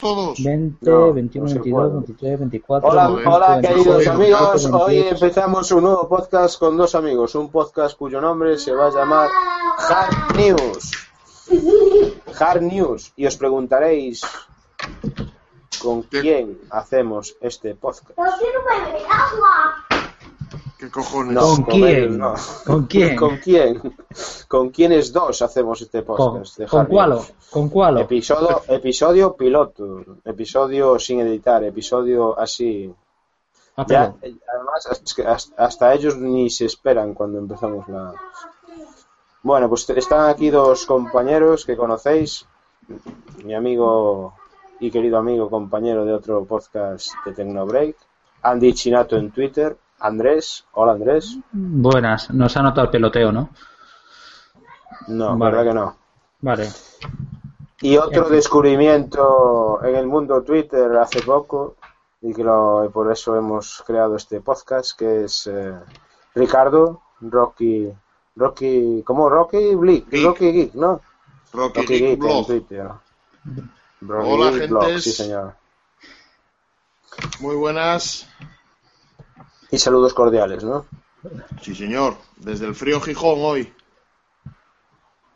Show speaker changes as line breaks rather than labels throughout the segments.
Todos.
20,
No,
21,
no se
22,
puede.
23, 24.
Hola,
25,
hola
26,
queridos
27,
amigos, hoy
28.
empezamos un nuevo podcast con dos amigos, un podcast cuyo nombre se va a llamar Hard News. Hard News, y os preguntaréis con
¿Qué?
quién hacemos este podcast.
¿Qué cojones?
No,
¿Con
ellos
quién?
no.
¿Con quién?
¿Con quién? ¿Con quiénes dos hacemos este
¿Con,
podcast? de
con
Hard
cuál?
News?
¿Con cuál?
Episodio, episodio piloto, episodio sin editar, episodio así
Ah,
Ya,
perdón.
eh, además, es que hasta, hasta ellos ni se esperan cuando empezamos la. Bueno, pues te- están aquí dos compañeros que conocéis. Mi amigo y querido amigo, compañero de otro podcast de Tecnobreak, Andy Chinato en Twitter. Andrés, hola Andrés.
Buenas, nos ha notado el peloteo, ¿no?
No,
Vale.
verdad que no.
Vale.
Y otro descubrimiento en el mundo Twitter hace poco, y que lo- y por eso hemos creado este podcast, que es eh, Ricardo, Rocky, Rocky, ¿cómo? Rocky Blick,
Geek.
Rocky Geek, ¿no?
Rocky
Rocky
Geek
Geek en
Blog.
Twitter. Rocky
Hola,
Geek Blog,
gentes.
sí señor.
Muy buenas.
Y saludos cordiales, ¿no?
Sí, señor. Desde el frío Gijón hoy.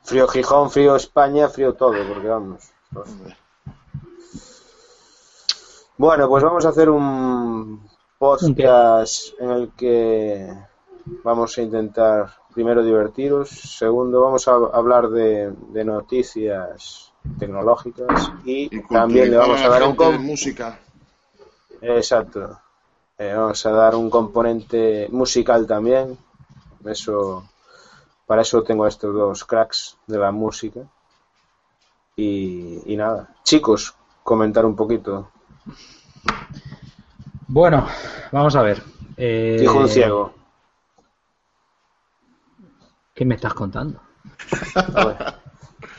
Frío Gijón, frío España, frío todo, porque vamos. Bueno, pues vamos a hacer un podcast en el que vamos a intentar, primero, divertiros, segundo, vamos a hablar de, de noticias tecnológicas y,
Y
también le
culturizar
vamos
a
a
la
dar un
gente de
com-
música.
exacto, Eh, vamos a dar un componente musical también, eso, para eso tengo a estos dos cracks de la música y, y nada, chicos, comentar un poquito,
Bueno, vamos a ver. Eh,
dijo un ciego.
¿Qué me estás contando?
A ver.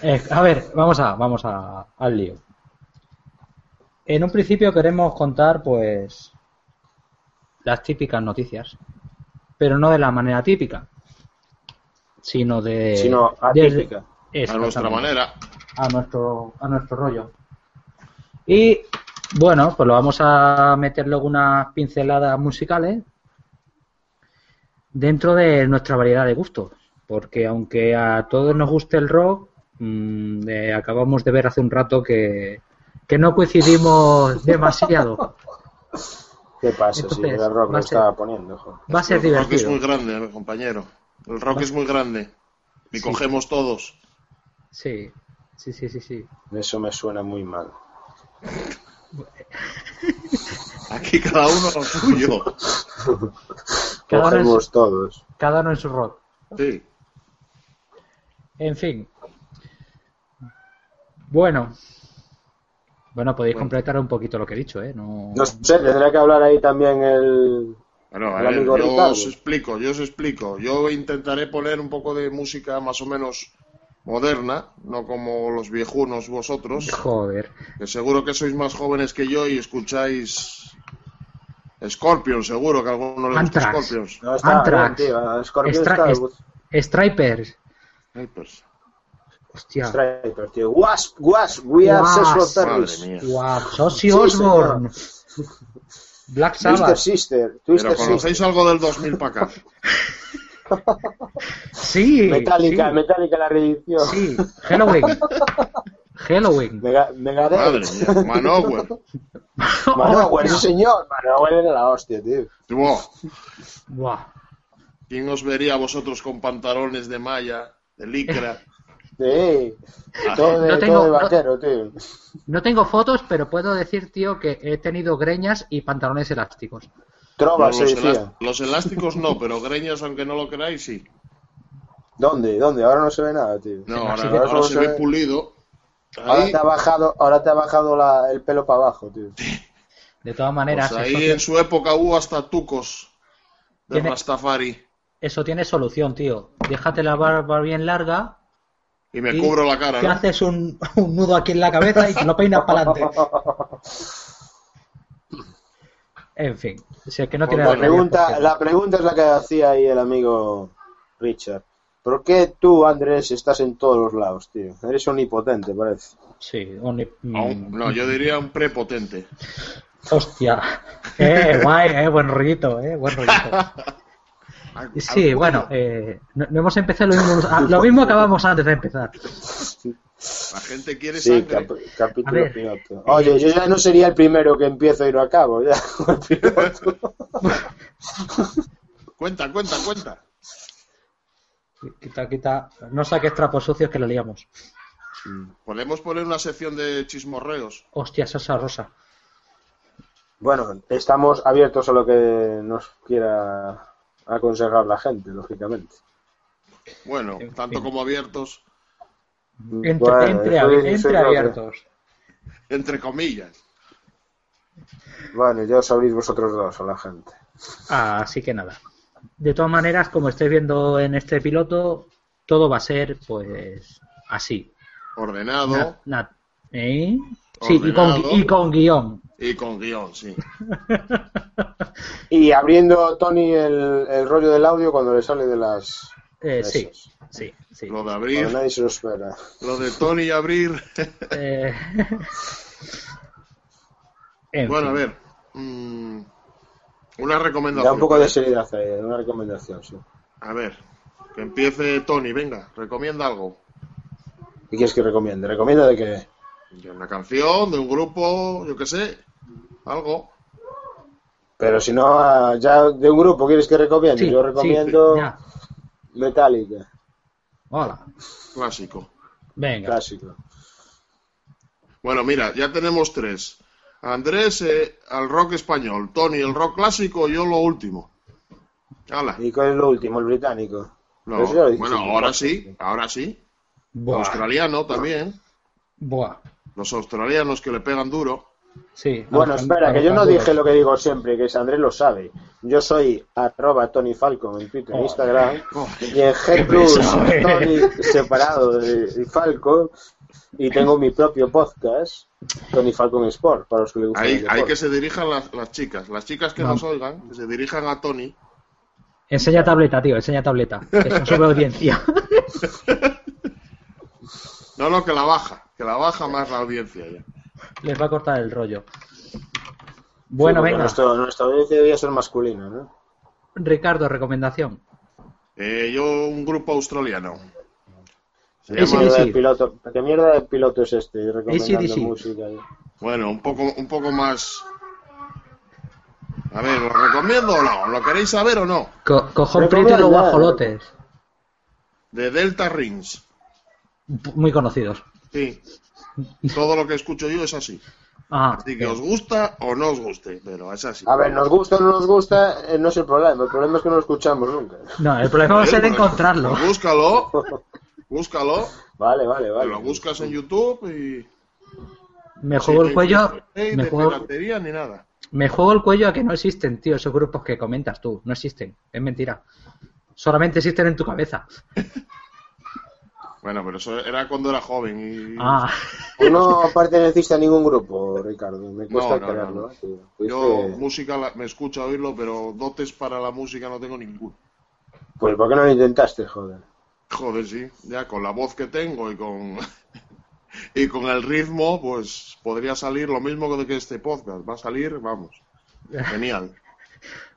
Eh, a ver, vamos a, vamos a, al lío. En un principio queremos contar, pues, las típicas noticias, pero no de la manera típica, sino de,
Sino
desde-
atípica.
A nuestra
Exactamente
manera.
a nuestro, a nuestro rollo. Y bueno, pues lo vamos a meter luego unas pinceladas musicales dentro de nuestra variedad de gustos. Porque aunque a todos nos guste el rock, mm, eh, acabamos de ver hace un rato que, que no coincidimos demasiado.
¿Qué pasa si
Entonces,
el rock
va
lo
a ser-
estaba poniendo? jo?
Va a ser
el rock es
divertido.
muy grande, eh, compañero. El rock
Va-
es muy grande. Y
Sí.
cogemos todos.
Sí, sí, sí, sí. sí.
Eso me suena muy mal.
Aquí cada uno lo suyo.
Cada vez-
Cogemos todos.
Cada uno en su rock.
Sí.
En fin. Bueno. Bueno, podéis
Bueno.
completar un poquito lo que he dicho, ¿eh? No...
No sé, tendrá que hablar ahí también el...
Bueno, a
El
ver,
amigo
yo
Ricardo.
os explico, yo os explico. Yo intentaré poner un poco de música más o menos moderna, no como los viejunos vosotros,
Joder.
que seguro que sois más jóvenes que yo y escucháis Scorpions, seguro que a alguno le gusta
Anthrax.
Scorpions.
No está
Anthrax.
bien, tío. Scorpion
Extra-
está...
es- Stripers.
Ay, pues,
Hostia.
Striper, tío. Wasp, Wasp, we are
Wasp.
sexual
madre
terrorists.
mía.
Wow. Sosi
Sí,
Osborne. Black
Twister
Sabbath.
Sister,
Pero
Twister Sister.
conocéis algo del 2000 para acá.
Sí.
Metallica,
sí,
Metallica la reedición.
Sí. Halloween. Halloween.
Mega, Megadeth.
Madre mía, pues, Manowar.
Manowar, pues sí señor. Manowar era la hostia, tío.
Buah,
Buah.
oh, ¿Quién os vería a vosotros con pantalones de malla, de licra?
Sí.
Ah,
Todo de,
No tengo-
todo de
no-
vaquero, tío.
No tengo fotos, pero puedo decir, tío, que he tenido greñas y pantalones elásticos.
Trova
No,
se
los,
decía.
elás- los elásticos no, pero greñas, aunque no lo queráis, sí.
¿Dónde? ¿Dónde? Ahora no se ve nada, tío.
No,
Sí,
ahora,
sí,
ahora
sí.
se ve pulido.
Ahora
Ahí, pues
te ha bajado, ahora te ha bajado la- el pelo para abajo, tío.
De todas
pues
maneras,
ahí
eso,
en su época hubo hasta tucos de
Tiene-
Rastafari.
eso tiene solución, tío. Déjate la barba bien larga.
Y me
y
cubro la cara,
Te
¿no?
haces un, un nudo aquí en la cabeza y te lo peinas para adelante. En fin, si es que no tiene
La
Bueno,
pregunta,
realización.
la pregunta es la que hacía ahí el amigo Richard. ¿Por qué tú, Andrés, estás en todos los lados, tío? Eres omnipotente, parece.
Sí, mm, oni-
A un- no, yo diría un prepotente.
Hostia. Eh, guay, eh, buen rollito, eh, buen rollito.
Al-
Y
al
Sí,
culo.
bueno, eh, no, no hemos empezado lo mismo, ah, lo mismo acabamos antes de empezar.
La gente quiere
Sí,
sangre.
cap-
A
capítulo
ver,
piloto. Oye, yo ya no sería el primero que empiezo y no acabo, ya, con el piloto.
Cuenta, cuenta, cuenta.
Quita, quita, no saques trapos sucios que lo liamos.
Podemos poner una sección de chismorreos.
Hostia, salsa rosa.
Bueno, estamos abiertos a lo que nos quiera aconsejar la gente, lógicamente.
Bueno,
En
tanto
fin.
como abiertos,
Entre,
Bueno,
entre,
soy-
entre
soy propio.
abiertos.
entre comillas.
Bueno, ya os abrís vosotros dos a la gente.
Así que nada. De todas maneras, como estáis viendo en este piloto, todo va a ser pues así.
Ordenado
Na- na- ¿eh? Sí, y con,
Ordenado.
y con guión.
y con guión, sí.
Y abriendo, Tony, el, el rollo del audio cuando le sale de las...
Eh,
Eso
sí,
es.
sí, sí.
Lo de
cuando
abrir,
nadie se lo espera.
lo de Tony abrir.
Eh, en
bueno, a
fin.
ver. mm, una recomendación.
Da un poco de seriedad ahí, una recomendación, sí.
A ver, que empiece Tony, venga, recomienda algo.
¿Qué quieres que recomiende? Recomienda de que...
De una canción, de un grupo, yo qué sé, algo.
Pero si no, ah, ya de un grupo quieres que recomiende.
Sí,
Yo
sí,
recomiendo
ya.
Metallica,
Hola.
Clásico.
Venga.
clásico.
Bueno, mira, ya tenemos tres. Andrés eh, al rock español, Tony el rock clásico, yo lo último. Hala.
¿Y cuál es lo último? El británico.
No,
Pero eso ya lo dijiste
Bueno,
tú,
ahora
¿no? Ah.
sí, ahora sí.
Buah.
Australiano también.
Buah.
Los australianos que le pegan duro.
Sí.
Bueno,
a los
espera,
can-
que
a
yo
los
no
canguros.
dije lo que digo siempre, que Andrés lo sabe. Yo soy arroba Tony Falcon en Twitter, en
Oh.
Instagram,
Oh,
y en G Plus Tony separado de de Falcon, y tengo mi propio podcast, Tony Falcon Sport, para los que les gusta el
Ahí,
deporte.
ahí que se dirijan las, las chicas. Las chicas que
Vamos.
nos oigan, que se dirijan a Tony.
Enseña tableta, tío, enseña tableta. Que son sobre audiencia.
No, no, que la baja. Que la baja más la audiencia ya.
Les va a cortar el rollo.
Sí,
Bueno,
porque
venga.
nuestro- nuestra audiencia debía ser masculina, ¿no?
Ricardo, recomendación.
Eh, yo, un grupo australiano. Se
¿Qué
Ese
llama-
mierda,
sí.
de piloto, ¿Qué mierda de piloto es este? Y Recomendando
AC/DC.
música. y-
Bueno, un poco, un poco más. A ver, ¿lo recomiendo o no? ¿Lo queréis saber o no?
Co- cojón
Recomienda,
Prieto y los
eh.
guajolotes.
De Delta Rings.
Muy conocidos.
Sí. Todo lo que escucho yo es así.
Ah,
Así que os gusta o no os guste, pero es así.
A ver, nos gusta o no nos gusta, eh, no es el problema. El problema es que no lo escuchamos nunca.
no, el problema va a ser
Pues,
encontrarlo.
pues búscalo, búscalo,
Vale, vale,
te
vale.
lo buscas en YouTube y
Me
sin
juego el cuello.
Facebook Pay,
Me
de
juego,
piratería ni nada.
me juego el cuello a que no existen, tío, esos grupos que comentas tú. No existen. Es mentira. Solamente existen en tu cabeza.
Bueno, pero eso era cuando era joven y
Ah,
Tú Pues no perteneciste a ningún grupo, Ricardo. Me cuesta
No, no,
creerlo.
no, no.
¿eh, tío?
yo
Este-
Fuiste-
música la- me escucha oírlo, pero dotes para la música no tengo ninguno.
Pues, ¿por qué no lo intentaste, joder?
Joder, sí, ya con la voz que tengo y con y con el ritmo, pues podría salir lo mismo que de este podcast, va a salir, vamos. Genial.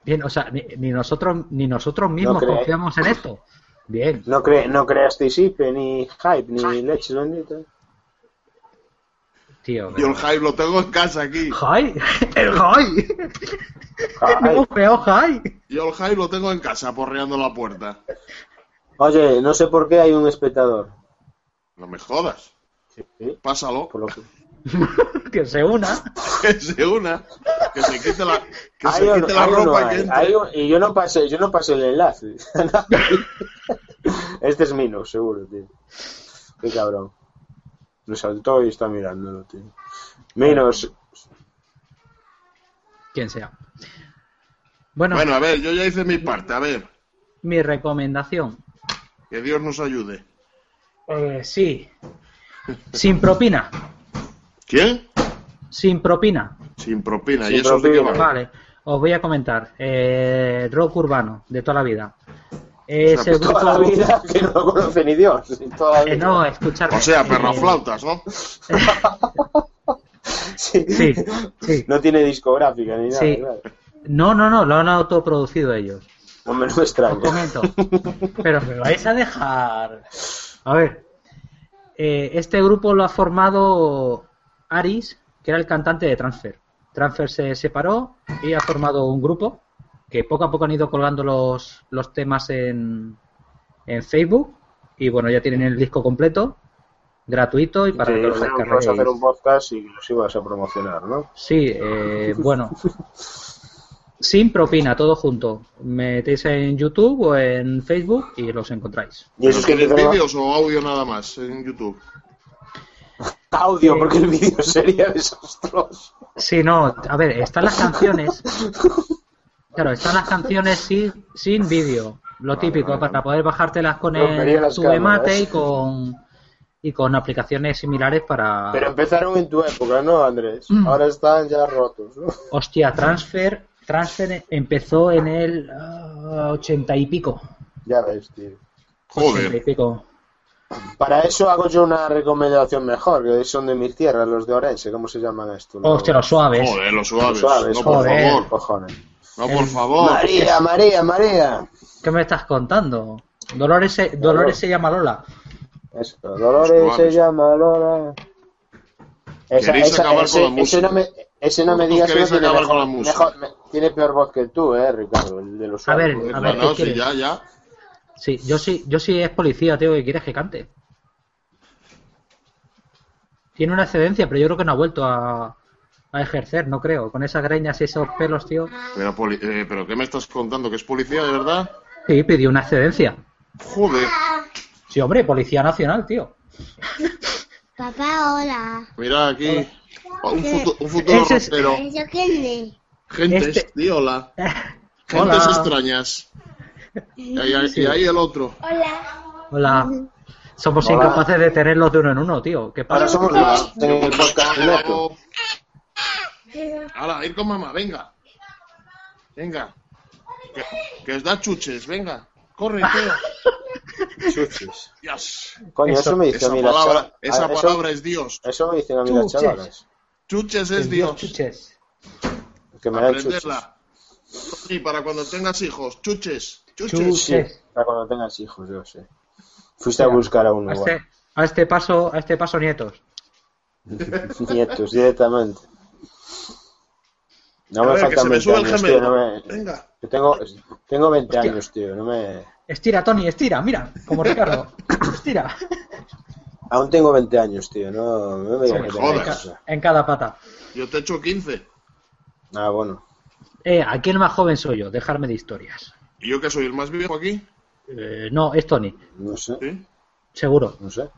bien, o sea, ni, ni nosotros ni nosotros mismos
creáis.
confiamos en esto. Bien.
No, cre no creasteis hipe, ni hype, ni leche bendita.
Tío.
Yo el hype lo tengo en casa aquí.
¡Jai! ¡El Jai!
Ay.
¡No feo Jai!
Yo el hype lo tengo en casa porreando la puerta.
Oye, no sé por qué hay un espectador.
No me jodas.
Sí,
Pásalo.
por lo que-
Que se una.
Que se una. Que se quite la, que se
Hay un-
quite la
hay uno,
ropa y
hay-
que entre.
hay un- y yo no pasé, yo no pasé el enlace. este es Mino, seguro, tío. Qué cabrón. Le saltó y está mirándolo, tío. Menos.
Quien sea. Bueno,
Bueno, a ver, yo ya hice mi parte, a ver.
mi recomendación.
Que Dios nos ayude.
Eh, sí. Sin propina.
¿Quién?
Sin propina.
Sin propina.
Sin
¿Y eso de qué
propina.
va?
Vale, os voy a comentar. Eh, rock urbano, de toda la vida. Es
O sea,
el
Toda la
grupo-
vida que no lo conoce ni Dios. y Toda la
Eh,
vida.
no, escuchar.
O sea,
eh,
perraflautas, ¿no?
Sí.
Sí, sí.
No tiene discográfica ni nada.
Sí.
claro.
No, no, no, lo han autoproducido ellos.
Hombre, no me extraña.
Os comento. Pero me vais a dejar. A ver. eh, este grupo lo ha formado Aris, que era el cantante de Transfer. Transfer se separó y ha formado un grupo que poco a poco han ido colgando los, los temas en, en Facebook. Y bueno, ya tienen el disco completo, gratuito y para
Te
que lo
dijeron que vas a hacer un
descarguéis.
podcast y los ibas a promocionar, ¿no?
Sí, eh, bueno. Sin propina, todo junto. Metéis en YouTube o en Facebook y los encontráis.
Y eso Pues es que
¿Pero
te
tienes
daba
vídeos o audio nada más en YouTube?
audio, porque el vídeo sería desastroso.
Sí, no, a ver, están las canciones. Claro, están las canciones sin, sin vídeo. Lo
Vale,
típico,
vale,
para
vale.
poder bajártelas con
No, quería
el
las
tu mate
cámaras.
y con, y con aplicaciones similares para.
Pero empezaron en tu época, ¿no, Andrés? Ahora están ya rotos, ¿no?
Hostia, Transfer, Transfer empezó en el ah, ochenta y pico.
Ya ves, tío.
Ochenta y
Joder.
pico.
Para eso hago yo una recomendación mejor, que son de mis tierras, los de Orense, ¿cómo se llaman estos?
Hostia, los suaves.
Joder, los suaves.
Suaves,
no, por
joder.
favor.
cojones.
No,
El-
por favor.
María, María, María.
¿Qué me estás contando? Dolores se, Dolores se llama Lola.
Eso, Dolores se
Suaves.
llama Lola.
Queréis acabar
ese,
con la
ese no me, ese no me
Vosotros
digas que
queréis
tiene,
acabar
mejor-
con la música.
mejor- me- tiene peor voz que tú, eh, Ricardo, el de los
A ver,
suaves.
a ver,
Bueno,
¿qué
sí,
quieres?
ya, ya.
Sí, yo sí, yo sí es policía, tío, que quieres que cante. Tiene una excedencia, pero yo creo que no ha vuelto a, a ejercer, no creo. Con esas greñas y esos pelos, tío.
Pero, poli- eh, ¿Pero qué me estás contando? ¿Que es policía de verdad?
Sí, pidió una excedencia.
Joder.
Sí, hombre, policía nacional, tío.
Papá, hola.
Mira aquí. Oh, Un, futu- un futuro
Ese es-
rockero.
¿Eso quién es?
Gentes,
Este-
tío, hola.
Hola.
Gentes extrañas. Y ahí, y ahí el otro.
Hola.
Hola. Somos
Hola.
incapaces de tenerlos de uno en uno, tío. ¿Qué
Ahora
pasa?
somos los del podcast neto.
Ahora, ir con mamá, venga. Venga. Que, que os da chuches, venga. Corre, tío.
Chuchis.
Dios.
Coño, eso, me dice a
Esa
mí las
palabra,
chava-
esa
a- eso-
palabra es Dios.
Eso me dicen a mí las
Chuches.
chavalas.
Chuches es
Dios,
Dios.
chuches.
Que me dan chuches.
Aprenderla. Y para cuando tengas hijos, chuches. Chuches.
Chuches.
Sí, para cuando tengas hijos, yo sé. Fuiste a buscar a uno,
A
bueno.
este, a este paso, a este paso, nietos.
nietos, directamente. No
A
me
ver, que se
faltan
me
20
sube el
años, tío, no
gemelo.
me-
Venga.
Yo tengo, tengo 20
Hostia.
años, tío, no me...
Estira, Tony, estira, mira, como Ricardo. Estira.
Aún tengo 20 años, tío, no, no me digas
me
que tengo
jodas.
eso.
En cada pata.
Yo te echo 15.
Ah, bueno.
Eh, aquí el más joven soy yo, dejarme de historias.
¿Y yo que soy el más viejo aquí?
Eh, no, es Tony,
No sé,
¿Sí?
seguro.
no sé.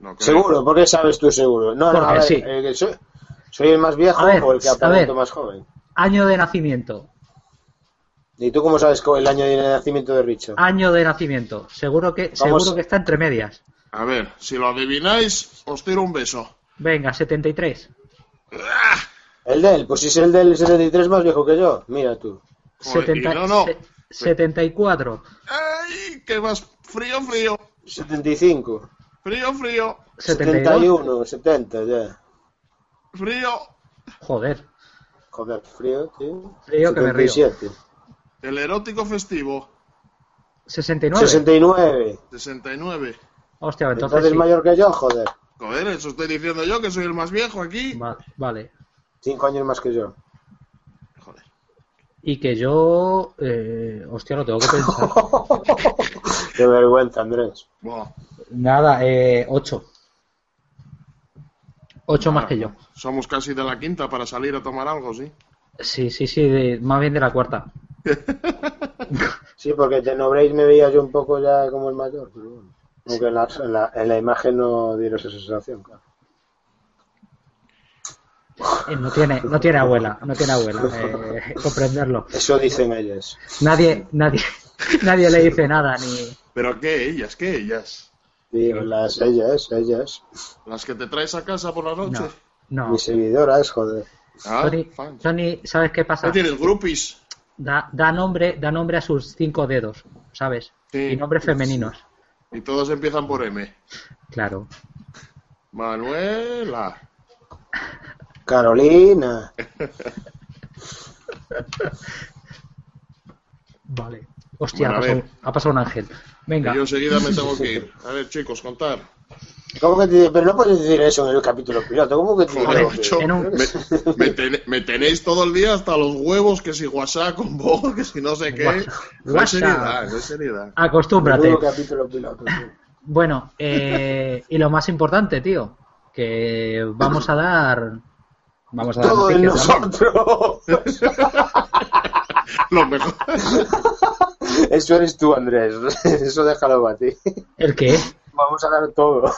No, creo.
Seguro, ¿por qué sabes tú seguro? No, no,
Porque
a ver,
sí.
eh, que soy, soy el más viejo
A ver,
o el que
a
aparento
ver.
más joven.
Año de nacimiento,
¿Y tú cómo sabes co- el año de nacimiento de Richo?
año de nacimiento. Seguro que,
Vamos.
seguro que está entre medias.
A ver, si lo adivináis, os tiro un beso.
Venga, 73.
El de él, pues si es el del 73 más viejo que yo, mira tú.
Joder, y
70
no, no.
se- 74,
¡Ay! Que vas frío, frío.
75,
Frío, frío.
72.
71, 70, ya.
Frío.
Joder,
Joder, frío, tío.
Frío que me río.
77.
El erótico festivo.
69.
69.
69.
Hostia, entonces.
Entonces
sí.
mayor que yo, joder.
Joder, eso estoy diciendo yo, que soy el más viejo aquí.
Va- vale.
5 años más que yo.
Joder.
Y que yo. eh, hostia, lo tengo que pensar.
Qué vergüenza, Andrés.
Buah.
Nada, eh, 8. 8 más que yo.
Somos casi de la quinta para salir a tomar algo, ¿sí?
Sí, sí, sí, de- más bien de la cuarta.
Sí, porque te Nobreis me veía yo un poco ya como el mayor, pero bueno. Aunque en la, en la, en la imagen no dieron esa sensación, claro.
Eh, no tiene, no tiene abuela, no tiene abuela. eh, comprenderlo.
Eso dicen ellas.
Nadie, nadie, nadie le dice nada ni.
Pero ¿qué ellas? ¿Qué ellas?
Y las ellas, ellas.
¿Las que te traes a casa por la noche?
No, no.
Mis seguidoras, joder.
Ah,
Sony,
fan.
Sony, ¿sabes qué pasa?
¿Qué tienes, groupies?
Da, da nombre, da nombre a sus cinco dedos, ¿sabes?
Sí.
Y nombres femeninos.
Y todos empiezan por M.
Claro.
Manuela.
Carolina.
Vale. Hostia,
Bueno, a
ha, pasado,
ver.
ha pasado un ángel. Venga.
Y yo enseguida me tengo que ir. A ver, chicos, contar.
¿Cómo que te- Pero no puedes decir eso en el capítulo piloto. ¿Cómo que te
Joder,
en-
macho,
en un-
me, me ten- me tenéis todo el día hasta los huevos, que si WhatsApp con vos, que si no sé qué.
WhatsApp.
No hay seriedad, no hay seriedad.
Acostúmbrate.
Menudo capítulo piloto. tío.
Bueno, eh, y lo más importante, tío, que vamos a dar. Vamos a dar
Todo en
noticias, ¿no?
nosotros.
Lo mejor.
Eso eres tú, Andrés. Eso déjalo para ti.
¿El qué?
Vamos a dar todo.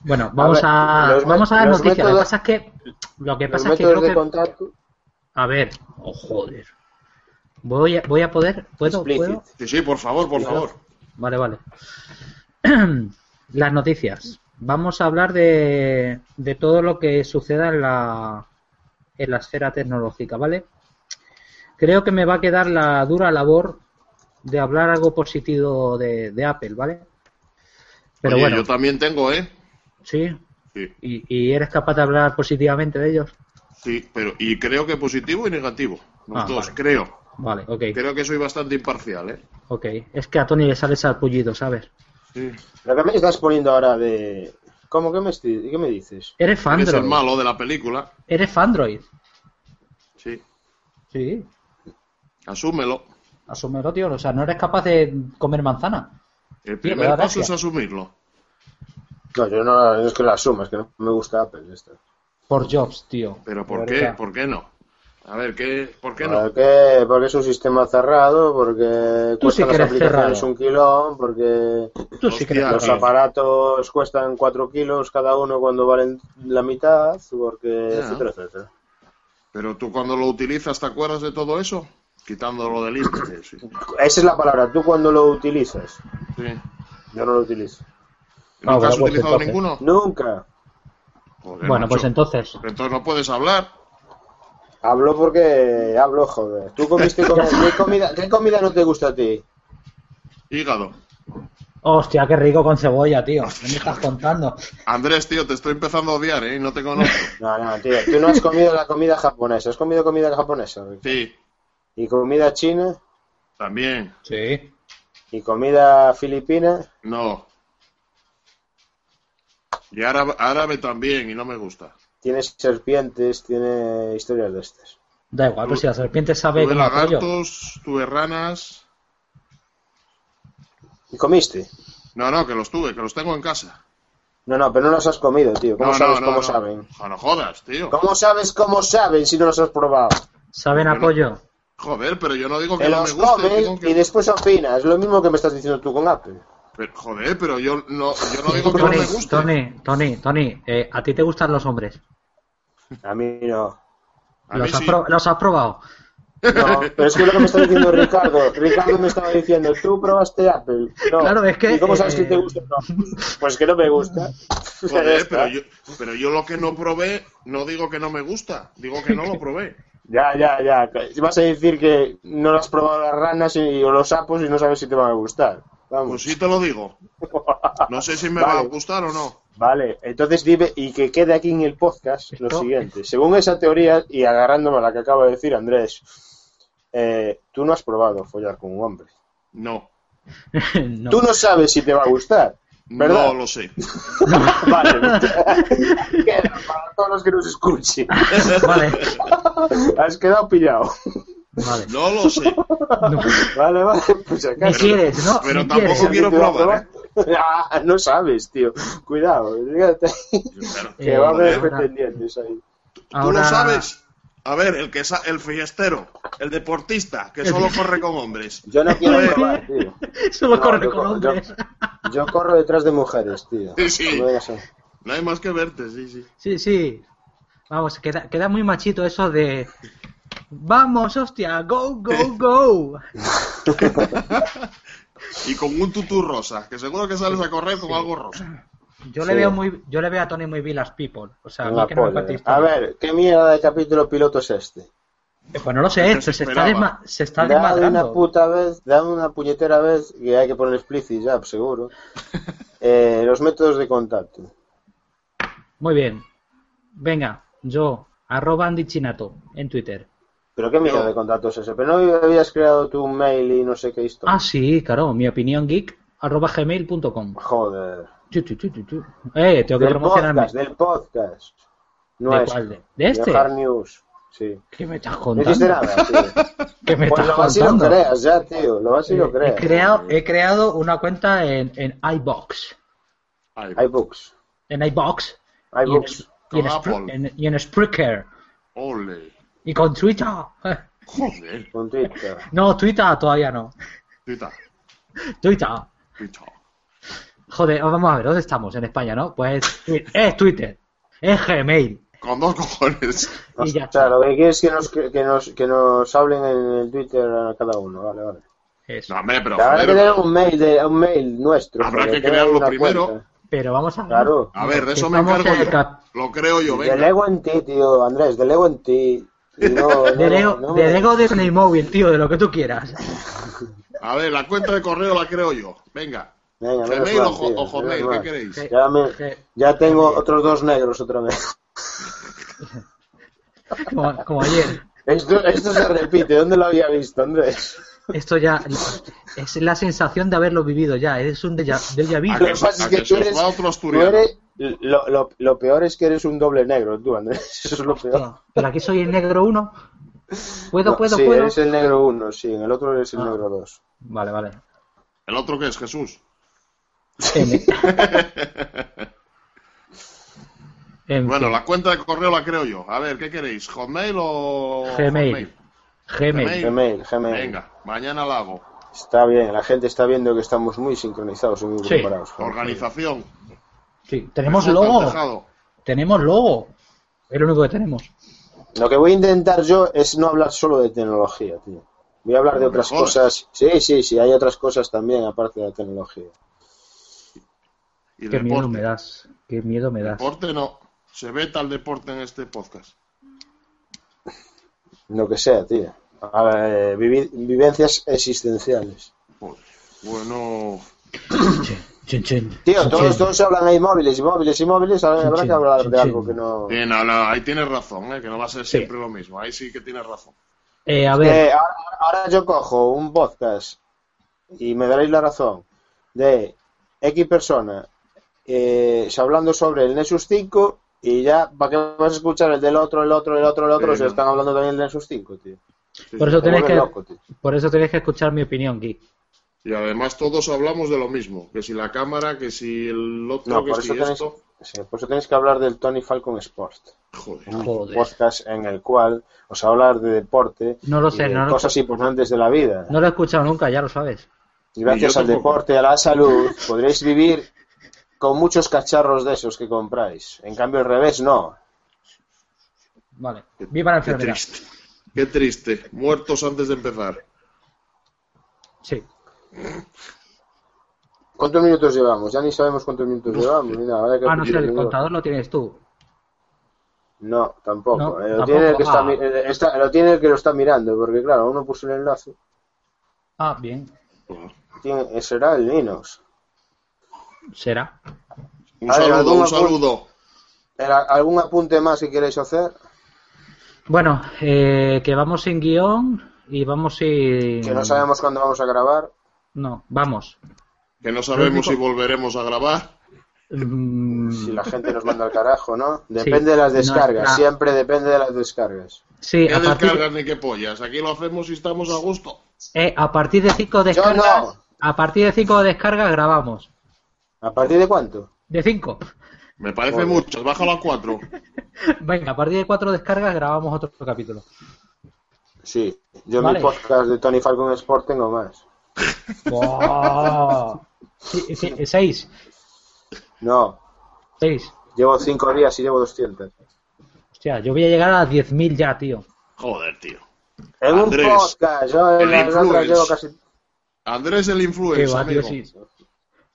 Bueno, vamos
ver,
a,
los me-
vamos a dar
los
noticias. Lo que
métodos-
pasa es que. Lo que
Los
pasa es que
métodos
creo
de
que.
contacto.
A ver. Oh, joder. Voy a, voy a poder. ¿Puedo?
Explicit.
¿Puedo?
Sí, sí, por favor, por favor.
Vale, vale. Las noticias. Vamos a hablar de, de todo lo que suceda en la, en la esfera tecnológica, ¿vale? Creo que me va a quedar la dura labor de hablar algo positivo de, de Apple, ¿vale? Pero
Oye,
bueno,
yo también tengo, ¿eh?
sí.
Sí,
¿Y, y eres capaz de hablar positivamente de ellos?
sí, pero. Y creo que positivo y negativo. Los
Ah,
dos,
vale.
creo.
Vale, ok.
Creo que soy bastante imparcial, ¿eh?
Ok. Es que a Tony le sale sarpullido, ¿sabes?
Sí.
Lo que me estás poniendo ahora de. ¿Cómo que me, estoy- qué me dices?
Eres
Eres el
fandroid.
malo de la película.
Eres fandroid.
Sí.
Sí.
Asúmelo.
Asúmelo, tío. O sea, no eres capaz de comer manzana.
El
Tío,
primer
da
paso
gracia.
es asumirlo.
No, yo no, no es que lo asumas, que no me gusta Apple. Esto.
Por Jobs, tío.
Pero ¿por
De
qué?
verdad.
¿Por qué no? A ver, ¿qué? ¿por qué no?
Porque, porque es un sistema cerrado, porque
Tú sí
cuestan
que
las
eres
aplicaciones
cerrado.
un kilón, porque
Tú sí
Hostia,
que eres
los
Claro.
cerrado.
aparatos cuestan 4 kilos cada uno cuando valen la mitad, porque
Ya.
etcétera, etcétera.
Pero tú cuando lo utilizas, ¿te acuerdas de todo eso? Quitándolo del índice. Sí.
Esa es la palabra, tú cuando lo utilizas.
Sí.
Yo no lo utilizo.
Ah,
¿Nunca has
bueno, pues
utilizado
entonces.
ninguno?
Nunca.
Joder,
Bueno,
macho.
pues entonces.
Entonces no puedes hablar.
Hablo porque hablo, joder. ¿Tú comiste comida? ¿Qué comida, qué comida no te gusta a ti?
Hígado.
Hostia, qué rico con cebolla, tío. ¿Qué me estás contando?
Andrés, tío, te estoy empezando a odiar, ¿eh? Y No te conozco.
No, no, tío, tú no has comido la comida japonesa. ¿Has comido comida japonesa?
Sí,
¿Y comida china?
también.
Sí.
¿Y comida filipina?
No. Y árabe, árabe también, y no me gusta.
Tiene serpientes, tiene historias de estas.
Da igual, pero si la serpiente sabe
Tuve
cómo aquello.
lagartos, tuve ranas.
¿Y comiste?
No, no, que los tuve, que los tengo en casa.
No, no, pero no los has comido, tío. ¿Cómo
no, no,
sabes
no,
cómo
no.
saben?
Jo, no jodas, tío.
¿Cómo sabes cómo saben si no los has probado?
¿Saben
Bueno.
apoyo?
Joder, pero yo no digo que
Te
no me
los
guste. digo
comes
que-
y después opinas. Lo mismo que me estás diciendo tú con Apple.
Pero, joder, pero yo no, yo no digo que no
Tony,
me guste.
Tony, Tony, Tony, eh, ¿a ti te gustan los hombres?
A mí no.
A mí
¿Los has,
sí.
pro- los has probado?
No, pero es que lo que me está diciendo Ricardo, Ricardo me estaba diciendo, tú probaste Apple. No.
Claro, es que,
¿Y cómo sabes
eh,
que te gusta? No, pues que no me gusta. Ya
Joder,
está.
pero yo, pero yo lo que no probé, no digo que no me gusta, digo que no lo probé.
Ya, ya, ya. Vas a decir que no lo has probado las ranas y, o los sapos y no sabes si te van a gustar.
Pues
Vamos.
sí te lo digo. No sé si me
Vale.
va a gustar o no.
Vale, entonces dime y que quede aquí en el podcast lo
Esto-
siguiente. Según esa teoría, y agarrándome a la que acaba de decir Andrés, eh, tú no has probado follar con un hombre.
No.
no.
Tú no sabes si te va a gustar. ¿Verdad?
No lo sé.
Vale. Queda para todos los que nos escuchen.
Vale,
Has quedado pillado.
vale.
No lo sé.
No.
Vale, vale. Pues si
Ni
acaso.
quieres, ¿no?
pero
Ni
tampoco
quieres.
quiero- probar, ¿eh?
Ah, no sabes, tío. Cuidado. fíjate.
Claro.
Que va a haber
ahora-
pretendientes ahí.
Tú
Ahora-
lo sabes. A ver, el que sa- el fiestero, el deportista, que solo corre con hombres.
Yo
eh,
no
A
quiero
ver.
probar, tío.
Solo
No,
corre
yo
con
co-
hombres.
Yo, yo corro detrás de mujeres, tío.
Sí, sí.
No me digas eso.
No hay más que verte, sí, sí.
Sí, sí. Vamos, queda, queda muy machito eso de. Vamos, hostia, go, go, go.
Y con un tutú rosa, que seguro que sales a correr con algo rosa.
Yo
Sí.
le veo muy, yo le veo a Tony muy Villas People. O sea, a
En
mí
la
que no me
polla.
cuente
a
historias.
ver, ¿qué mierda de capítulo piloto es este?
Eh, Pues no lo sé, se, se está,
Desesperaba.
desma- se está
Dame
desmadrando.
una puta vez, dame una puñetera vez, que hay que poner explícit ya, pues, seguro. Eh, los métodos de contacto.
Muy bien. Venga, yo, arroba Andy Chinato en Twitter.
¿Pero qué mierda
Yo.
de contacto es ese? ¿Pero no habías creado tu mail y no sé qué historia?
Ah, sí, claro, mi opinión geek, arroba gmail.com.
Joder.
Chu, chu, chu, chu, chu. Eh, tengo que
Del
promocionarme.
podcast, del podcast. No
¿De
es.
cuál? ¿De- de este?
Hard News. Sí.
¿Qué me estás
No
contando?
hiciste nada, tío.
¿Qué me
Pues
estás
lo vas y lo
contando? Eh,
creas ya, tío. Lo vas y lo
He
creas.
creado, he creado una cuenta en, en iBox.
Ay,
iBooks.
En iBox. y en-
iBooks.
Y en,
Con
Spru-
Apple.
en- y en Spreaker.
ole.
Y con Twitter.
Joder.
Con Twitter.
No, Twitter todavía no.
Tita,
Twitter.
tita.
Joder, vamos a ver, ¿dónde estamos? En España, ¿no? Pues es, es Twitter. Es Gmail.
Con dos cojones.
Y ya
o sea,
está.
lo que quieres es que nos, que, nos, que nos hablen en el Twitter a cada uno. Vale, vale.
Eso.
No, hombre, pero
Habrá que tener
joder.
un mail, de, un mail nuestro.
Habrá
porque
que
tenga
crearlo
una
primero.
cuenta.
Pero vamos a ver.
Claro.
A ver, de eso me
Estamos en el
encargo
cap-
yo. Lo creo yo, venga.
Delego en ti, tío, Andrés, delego en ti. Y no- no-
Delego,
no me-
delego de Playmobil, tío, de lo que tú quieras.
A ver, la cuenta de correo la creo yo. Venga.
Venga, menos
Gmail
mal,
o, jo-
tío,
o Hotmail,
menos mal.
¿qué queréis?
Sí.
Ya, me-
Je-
ya tengo otros dos negros otra vez.
Como, como ayer.
Esto, esto se repite, ¿dónde lo había visto, Andrés?
Esto ya es la sensación de haberlo vivido ya. Es un déjà, déjà vu.
¿A
Lo
que
que
se-
pasa
a
es que
que se
tú
os
eres,
va otro
tú
asturiano?
eres- lo, lo- lo peor es que eres un doble negro, tú, Andrés. Eso es lo peor.
Hostia, Pero aquí soy el negro uno. ¿Puedo,
No,
puedo,
sí,
puedo?
eres el negro uno, sí, en el otro eres el
Ah.
negro dos.
Vale, vale.
¿El otro qué es? Jesús.
En- en
Bueno, la cuenta de correo la creo yo. A ver, ¿qué queréis? ¿Hotmail o
Gmail.
Hotmail?
Gmail.
Gmail.
Gmail, Gmail.
Venga, mañana la hago.
Está bien, la gente está viendo que estamos muy sincronizados y muy
Sí.
preparados.
Organización.
Sí, tenemos
Mejor
logo.
plantejado.
Tenemos logo. Es lo único que tenemos.
Lo que voy a intentar yo es no hablar solo de tecnología, tío. Voy a hablar de
No me
otras
jodas.
cosas. Sí, sí, sí, hay otras cosas también aparte de la tecnología.
Y
Qué miedo me
deporte.
das. Qué miedo me das.
Deporte no. Se veta el deporte en este podcast.
Lo que sea, tío. A ver, eh, vivi- vivencias existenciales.
Joder. Bueno,
Chin, chin.
Tío,
Chin,
todos,
chin.
todos hablan ahí móviles y móviles y móviles. Ahora habrá
Sí,
que hablar
sí,
de
sí.
algo que no.
sí, no, no, ahí tienes razón, ¿eh? que no va a ser
Sí.
siempre lo mismo. Ahí sí que tienes razón.
Eh, a ver,
Eh, ahora, ahora yo cojo un podcast y me daréis la razón de X persona eh, hablando sobre el Nexus 5 y ya, ¿para qué vas a escuchar el del otro, el otro, el otro, el otro?
Sí,
se
no.
están hablando también del Nexus 5, tío.
Sí,
por
sí.
eso
Te
tenéis
vuelves
que,
loco, tío.
por eso tenéis que escuchar mi opinión, Geek.
Y además todos hablamos de lo mismo. Que si la cámara, que si el otro,
No,
que
por
si
eso, tenéis,
esto.
sí, por eso tenéis que hablar del Tony Falcon Sport.
Joder.
Un
Joder.
podcast en el cual os hablar de deporte
No lo
y
sé,
de
no lo-
cosas importantes de la vida.
No lo he escuchado nunca, ya lo sabes.
Y gracias
Ni yo
al
tampoco.
deporte, a la salud, podréis vivir con muchos cacharros de esos que compráis. En cambio, al revés, no.
Vale. Viva la
Qué
enfermedad.
triste. Qué triste. Muertos antes de empezar.
Sí.
¿Cuántos minutos llevamos? Ya ni sabemos cuántos minutos llevamos. Mira, ahora que
Ah, no sé, el
no,
contador lo tienes tú.
No, tampoco.
No,
Eh, lo,
tampoco.
Tiene el que está,
Ah.
mi- eh, está- lo tiene el que lo está mirando, porque claro, uno puso el enlace.
Ah, bien.
Tiene- eh, será el Linux.
Será.
Un
A ver,
saludo,
algún
un
apu-
saludo.
Eh, ¿Algún apunte más que queréis hacer?
Bueno, eh, que vamos sin guión y vamos sin...
Que no sabemos cuándo vamos a grabar.
No, vamos.
Que no sabemos
Lo único-
si volveremos a grabar.
Mm,
Si la gente nos manda al carajo, ¿no? Depende
Sí,
de las
no
descargas.
está.
Siempre depende de las descargas.
sí,
¿Qué
a partir,
descargas ni qué pollas? Aquí lo hacemos y estamos a gusto.
eh, a partir de 5 descargas...
no.
A partir de 5 descargas grabamos.
¿A partir de cuánto?
De 5.
Me parece
Joder.
mucho. Bájalo a cuatro.
Venga, a partir de 4 descargas grabamos otro capítulo.
Sí, yo en
Vale.
mi podcast de Tony Falcon Sport tengo más.
¡Wow! 6.
No,
6.
Llevo cinco días y llevo 200.
Hostia, yo voy a llegar a 10.000 ya, tío.
Joder, tío.
En
Andrés,
un podcast, yo en
el
las otras
influencer.
llevo casi.
Andrés el
Qué
influencer,
va, tío,
Pues, amigo.
sí.
Pues,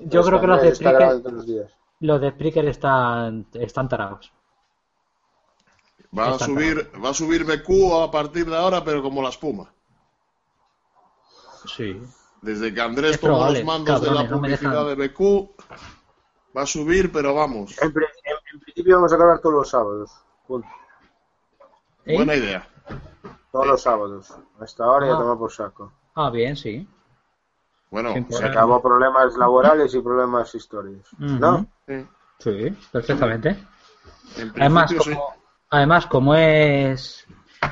Yo creo que los de
Andrés está grabando
Spreaker,
todos los días.
los de Spreaker están, están tarados.
Va a
Está
subir, va a subir BQ a partir de ahora, pero como la espuma.
Sí.
Desde que Andrés
Es
tomó
probable,
los mandos de la
cabrones, no me
publicidad
dejan.
de BQ, va a subir, pero vamos.
En, pri- en- en principio vamos a grabar todos los sábados. Punto.
¿Eh?
Buena idea.
Todos los sábados. Hasta ahora ya
Ah.
tomar por saco.
Ah, bien, sí.
Bueno,
Sin
o sea,
problema.
Acabó problemas laborales y problemas históricos. ¿No?
Ujú.
que,
Sí, perfectamente.
en
Además
principio sí.
como, además, como es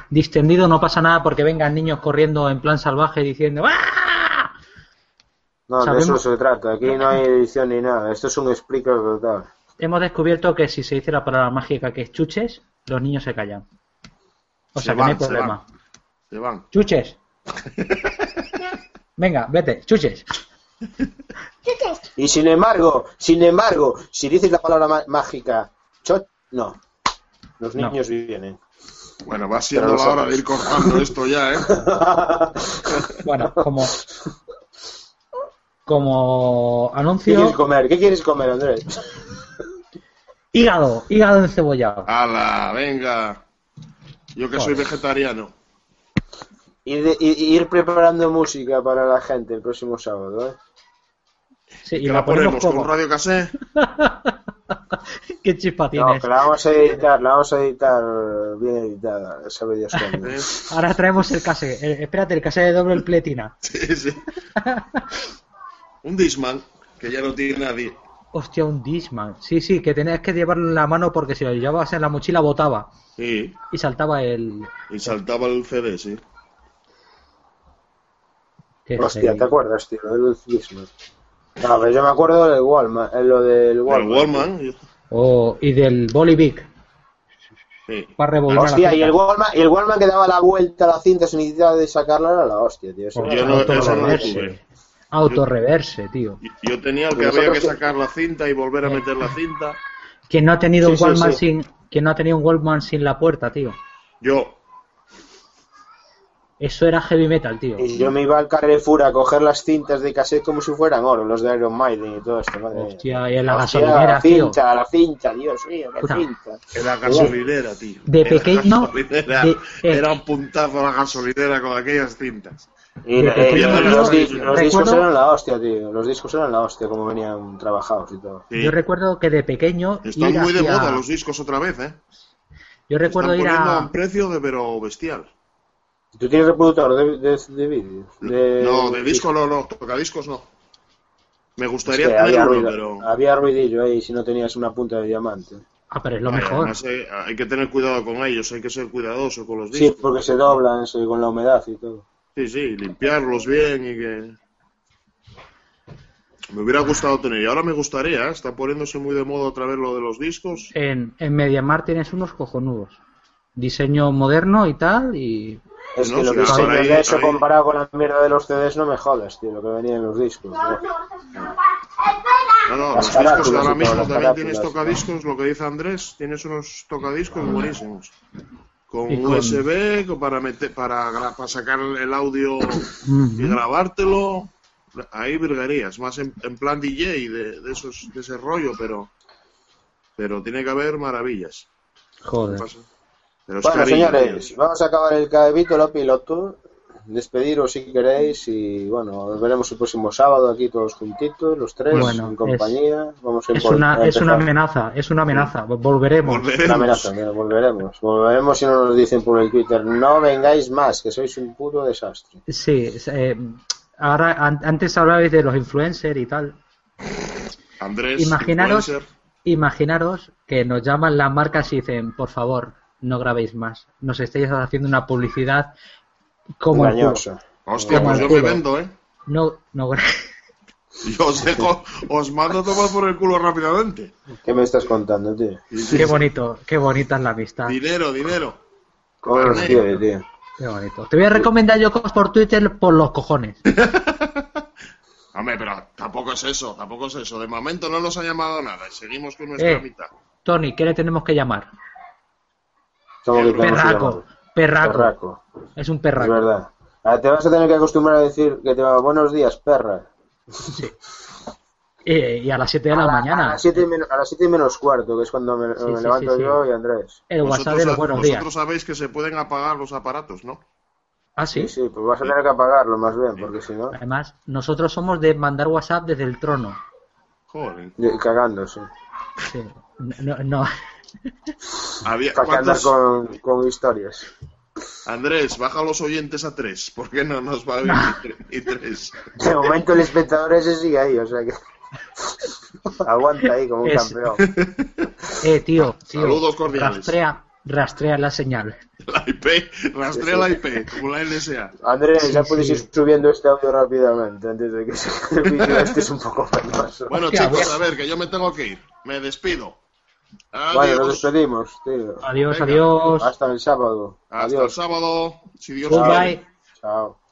distendido, no pasa nada porque vengan niños corriendo en plan salvaje diciendo ¡Ah!
No, de eso
Sabemos-
se trata. Aquí no hay edición ni nada. Esto es un explica total.
Hemos descubierto que si se dice la palabra mágica que es chuches, los niños se callan. O
Se
sea que
van,
no hay
se
problema.
Se van.
¡Chuches! Venga, vete, chuches.
Y sin embargo, sin embargo, si dices la palabra má- mágica, chot, no. Los
No.
niños vienen.
Bueno, va siendo
Pero
la hora
nosotros-
de ir cortando esto ya, ¿eh?
Bueno, como. Como
¿Qué
anuncio,
quieres comer? ¿Qué quieres comer, Andrés?
hígado, hígado encebollado.
¡Hala! ¡Venga! Yo que soy
Joder.
vegetariano.
Ir, de- ir- ir preparando música para la gente el próximo sábado, ¿eh?
Sí, y
¿Qué
la ponemos
con
como.
radio casé?
¿Qué chispa
No,
tienes?
que la vamos a editar, la vamos a editar bien editada, sabe Dios cuándo.
¿Eh?
Ahora traemos el case. el- espérate, el case de doble pletina.
Sí, sí. Un Disman que ya no tiene nadie.
Hostia, un Disman. Sí, sí, que tenías que llevarlo en la mano porque si lo llevabas en la mochila botaba
Sí.
y saltaba el.
Y saltaba el CD, sí.
qué
Hostia,
sé.
¿te acuerdas, tío? Lo del ciclismo. No, pero yo me acuerdo del Walmart, eh, lo del
El
Walmart.
Wallman.
O- Oh, y del Bolivic.
Sí.
Para revolver.
Hostia,
la
y el
cinta.
Walmart, y el Walmart que daba la vuelta a la cinta sin necesidad de sacarla era la hostia, tío. Eso
Por
Yo
era-
no- eso no lo
autorreverse.
tuve.
Autorreverse, tío.
Y- Yo tenía el que
Pero
había que
nosotros-
sacar la cinta y volver a meter la cinta.
¿Quién no ha tenido
Sí,
un
sí,
Walkman
sí.
sin. ¿Quién no ha tenido un Walkman sin la puerta, tío?
Yo.
Eso era heavy metal, tío.
Y yo me iba al Carrefour a coger las cintas de cassette como si fueran oro, los de Iron Maiden y todo esto, madre mía.
Hostia, y en la
Hostia,
gasolinera,
la
tío.
cinta, la cinta, Dios mío, la
Puta.
cinta.
En la gasolinera, tío.
De
En la
pequeño-
gasolinera.
de- eh.
Era un puntazo la gasolinera con aquellas cintas.
Y
De
eh,
pequeño,
los,
¿no?
dis- los discos
Recuerdo-
eran la hostia, tío. Los discos eran la hostia, como venían trabajados y todo.
Sí.
Yo recuerdo que de pequeño.
Están
ir
muy de
hacia-
moda los discos otra vez, ¿eh?
Yo recuerdo
Están
ir
poniendo
a.
un precio de pero bestial.
¿Tú tienes reproductor de, de, de vídeos? De-
No, de disco no, no, tocadiscos no. Me
Es que
gustaría
había,
tener uno,
ruido-
pero...
había ruidillo ahí si no tenías una punta de diamante.
Ah, pero es lo
Ay,
mejor.
además, eh, hay que tener cuidado con ellos, hay que ser cuidadoso con los
Sí,
discos.
porque se doblan eso, y con la humedad y todo.
Sí, sí, limpiarlos bien y que... Me hubiera gustado tener, y ahora me gustaría, ¿eh? está poniéndose muy de moda otra vez lo de los discos.
En, en Mediamar tienes unos cojonudos. Diseño moderno y tal, y
Es
No,
que lo
sí,
que
sí,
se
ahí-
de eso
ahí-
comparado con la mierda de los CDs no me jodas, tío, lo que venía en los discos. ¿no?
No, no,
Las
los discos de ahora
carátulas y todo,
mismo
las
también tienes
carátulas.
tocadiscos, lo que dice Andrés, tienes unos tocadiscos buenísimos. Con
Y con-
USB co- para meter, para, gra- para sacar el audio y
Ujú.
grabártelo. Hay virguerías, más en, en plan DJ de, de esos, de ese rollo, pero pero tiene que haber maravillas.
joder.
Pues,
Pasa- Pero es
Bueno,
carillo,
señores,
tío.
vamos a acabar el cabito, lo piloto. Despediros si queréis y bueno, nos veremos el próximo sábado aquí todos juntitos, los tres,
Bueno,
en
es-
compañía. Vamos a
Es
impor-
una,
a
es una
pues, empezar.
amenaza, es una amenaza. Volveremos.
Una
Volveremos.
amenaza, mira, volveremos. Volveremos si no nos dicen por el Twitter, no vengáis más, que sois un puto desastre.
Sí, es, eh, ahora an- antes hablabais de los influencers y tal.
Andrés,
Imaginaros,
influencer.
imaginaros que nos llaman las marcas y dicen, por favor, no grabéis más. Nos estáis haciendo una publicidad como el culo.
Engañoso.
Hostia,
como
pues
el
yo me
culo.
vendo, ¿eh?
No, no, gra-
Yo os dejo, os mando a tomar por el culo rápidamente.
¿Qué me estás contando, tío?
qué bonito, qué bonita es la amistad.
Dinero, dinero.
¿Cómo los quiere, tío?
Qué bonito. Te voy a recomendar yo cosas por Twitter por los cojones.
Hombre, pero tampoco es eso, tampoco es eso. De momento no nos ha llamado nada. y Seguimos con nuestra
Eh.
mitad.
Tony, ¿qué le tenemos que llamar?
¿Cómo que tenemos que
Perraco.
llamarlo?
Perraco.
Perraco.
Es un
Es
perraco.
verdad. Ah, te vas a tener que acostumbrar a decir que te va buenos días, perra.
Eh, y a las 7 de la
A
mañana.
las 7 y, men- a las siete y menos cuarto, que es cuando me,
Sí,
me
sí,
levanto
sí, sí.
yo y Andrés.
El WhatsApp de los buenos días.
vosotros sabéis que se pueden apagar los aparatos, ¿no?
Ah, sí.
Sí, sí, pues vas a tener que apagarlo más bien, porque si no,
Además, nosotros somos de mandar WhatsApp desde el trono.
Joder.
yo- cagando, sí.
Sí. No, no, no.
Había,
Para que andar
¿cuántos-
con, con historias.
Andrés, baja los oyentes a tres, porque no nos va a
Ah.
venir ni tres.
De momento el espectador ese sigue ahí, o sea que... Aguanta ahí como un
Es-
campeón.
Eh, tío, tío.
Saludos cordiales.
Rastrea, rastrea la señal.
La IP, rastrea la IP, como la NSA.
Andrés, ya
Sí,
podéis
sí.
ir subiendo este audio rápidamente antes de que se... el vídeo este es un poco penoso.
Bueno,
Hostia,
chicos,
pues.
voy a-
a ver, que yo me tengo que ir. Me despido.
Vale, nos
Adiós.
despedimos, tío.
Adiós,
Venga.
adiós.
Hasta el sábado.
Hasta el
Adiós.
sábado, si Dios
Goodbye.
quiere.
Chao.